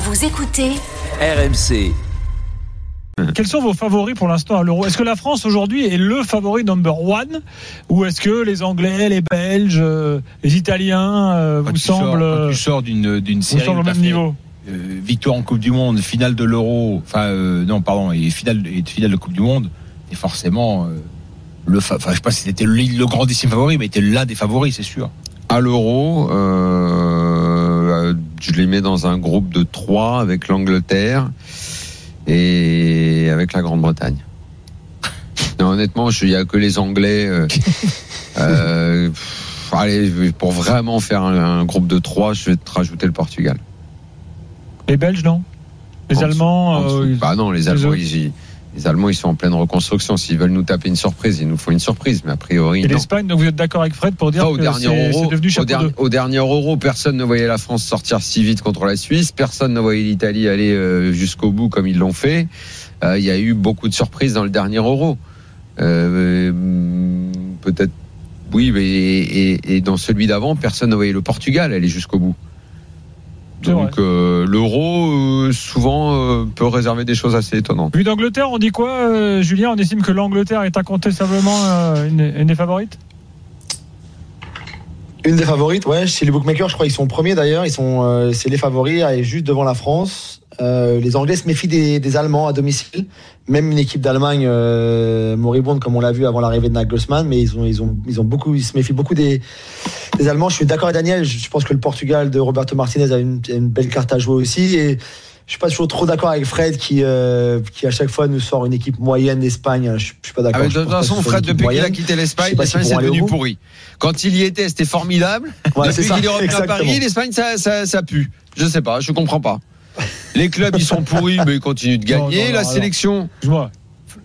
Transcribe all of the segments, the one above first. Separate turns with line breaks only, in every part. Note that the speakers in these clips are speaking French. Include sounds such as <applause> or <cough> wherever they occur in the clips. Vous écoutez
RMC.
Quels sont vos favoris pour l'instant à l'Euro Est-ce que la France aujourd'hui est le favori number one Ou est-ce que les Anglais, les Belges, euh, les Italiens euh,
Quand
vous
tu sors-
semblent
quand
euh,
tu sors d'une d'une
vous
série
semblent au
où t'as
même
fait,
niveau
euh, victoire en Coupe du Monde, finale de l'Euro, enfin euh, non pardon, et finale et finale de Coupe du Monde, et forcément euh, le fa- enfin je sais pas si c'était le, le grandissime favori, mais était l'un des favoris, c'est sûr.
à l'euro, euh, je les mets dans un groupe de trois avec l'Angleterre et avec la Grande-Bretagne. Non, honnêtement, je- il n'y a que les
<laughs>
Anglais. euh, euh, pff, allez, pour vraiment faire un, un groupe de trois, je vais te rajouter le Portugal.
Les Belges, non Les
En dessous- En
Allemands
dessous.
euh, ils-
Bah non, les
les
Allemands,
autres.
ils, y- les Allemands, ils sont en pleine reconstruction. S'ils veulent nous taper une surprise, ils nous font une surprise. Mais a priori,
et
non.
l'Espagne. Donc vous êtes d'accord avec Fred pour dire
Ah, au
que
dernier
c'est c'est
euro,
devenu
au,
chapeau
der-
2
au dernier euro, personne ne voyait la France sortir si vite contre la Suisse. Personne ne voyait l'Italie aller euh, jusqu'au bout comme ils l'ont fait. Euh, Il y a eu beaucoup de surprises dans le dernier euro. Euh, hum, Peut-être, oui, mais et, et- et dans celui d'avant, personne ne voyait le Portugal aller jusqu'au bout.
C'est
Donc euh, l'euro euh, souvent euh, peut réserver des choses assez étonnantes.
Vu d'Angleterre, on dit quoi, euh, Julien On estime que l'Angleterre est incontestablement euh, une, une des favorites
Une des favorites, ouais, chez les bookmakers, je crois qu'ils sont premiers d'ailleurs. Ils sont, euh, c'est les favoris, et juste devant la France. Euh, les Anglais se méfient des, des Allemands à domicile. Même une équipe d'Allemagne euh, moribonde, comme on l'a vu avant l'arrivée de Nagelsmann, mais ils ont, ils ont, ils ont beaucoup, ils se méfient beaucoup des, des Allemands. Je suis d'accord avec Daniel. Je, je pense que le Portugal de Roberto Martinez a une, a une belle carte à jouer aussi. Et je suis pas toujours trop d'accord avec Fred qui, euh, qui à chaque fois nous sort une équipe moyenne d'Espagne. Je, suis- je suis pas d'accord.
Ah, mais
Je
de toute
pense pas que
façon,
ce soit
Fred,
une équipe
depuis qu'il a
moyenne.
quitté
Je
l'Espagne,
sais pas
l'Espagne
s'ils
c'est
pourront aller
devenu
au bout.
pourri. Quand il y était, c'était formidable.
<laughs> Ouais, c'est
Depuis
ça.
qu'il est revenu à
Exactement.
Paris, l'Espagne, ça, ça, ça pue. Je sais pas, je comprends pas. Les clubs, ils sont pourris, mais ils continuent de
Non,
gagner.
non, non,
la
non.
sélection,
Excuse-moi,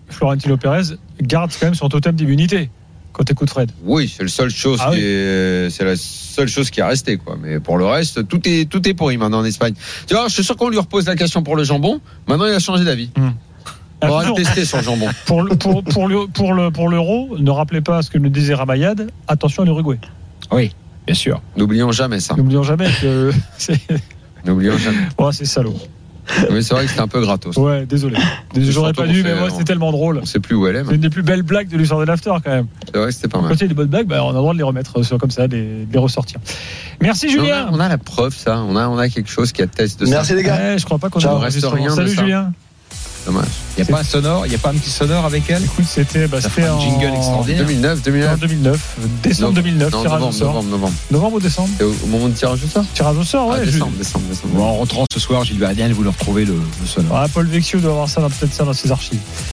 Florentino Pérez garde quand même son totem d'immunité quand t'écoutes Fred.
oui, c'est le seul chose
Ah
qui
oui.
est- c'est la seule chose qui est restée, quoi. Mais pour le reste, tout est, tout est pourri maintenant en Espagne. Tu vois, je suis sûr qu'on lui repose la question pour le jambon. Maintenant, il a changé d'avis.
Hmm.
On va le
Attention,
tester son
<laughs>
jambon.
pour, le- pour, pour, le- pour, le- pour l'euro, ne rappelez pas ce que nous disait Ramayad, attention à l'Uruguay.
Bien sûr.
N'oublions jamais ça.
N'oublions jamais que c'est,
N'oublions jamais.
oh, c'est salaud.
Mais c'est vrai que c'était un peu gratos.
Ouais, désolé. Désolé, J'aurais pas
Surtout
dû,
qu'on
mais
fait-
moi c'est tellement drôle.
On sait plus où elle est,
C'est
mais
une des plus belles blagues de l'histoire de l'after quand même.
c'est vrai que c'était pas mal.
Quand il y a des bonnes blagues, bah, on a le droit de les remettre sur, comme ça, de les, de les ressortir. Merci
Mais
Julien.
On a, on a la preuve, ça. On a, on a quelque chose qui atteste de
Merci les gars.
Ouais, je crois pas qu'on a
Ciao,
enregistré.
reste rien de
Salut
ça.
Julien.
ça. Dommage.
Il y a pas un sonore, il y a pas un petit sonore avec elle.
Écoute, c'était bah,
Ça
c'était
fera un
en...
jingle extraordinaire.
2009,
en
2009.
2009, décembre
Non,
2009,
Non,
tirage au
novembre,
sort.
novembre, novembre.
Novembre ou décembre
C'est au, au moment du tirage au sort
Tirage au sort, ouais.
Ah,
je-
décembre, décembre, décembre.
Bon, en rentrant ce soir, Gilles Verdien, vous leur retrouvez le, le sonore.
Ah, Paul Vecchio doit avoir ça dans- peut-être ça dans ses archives.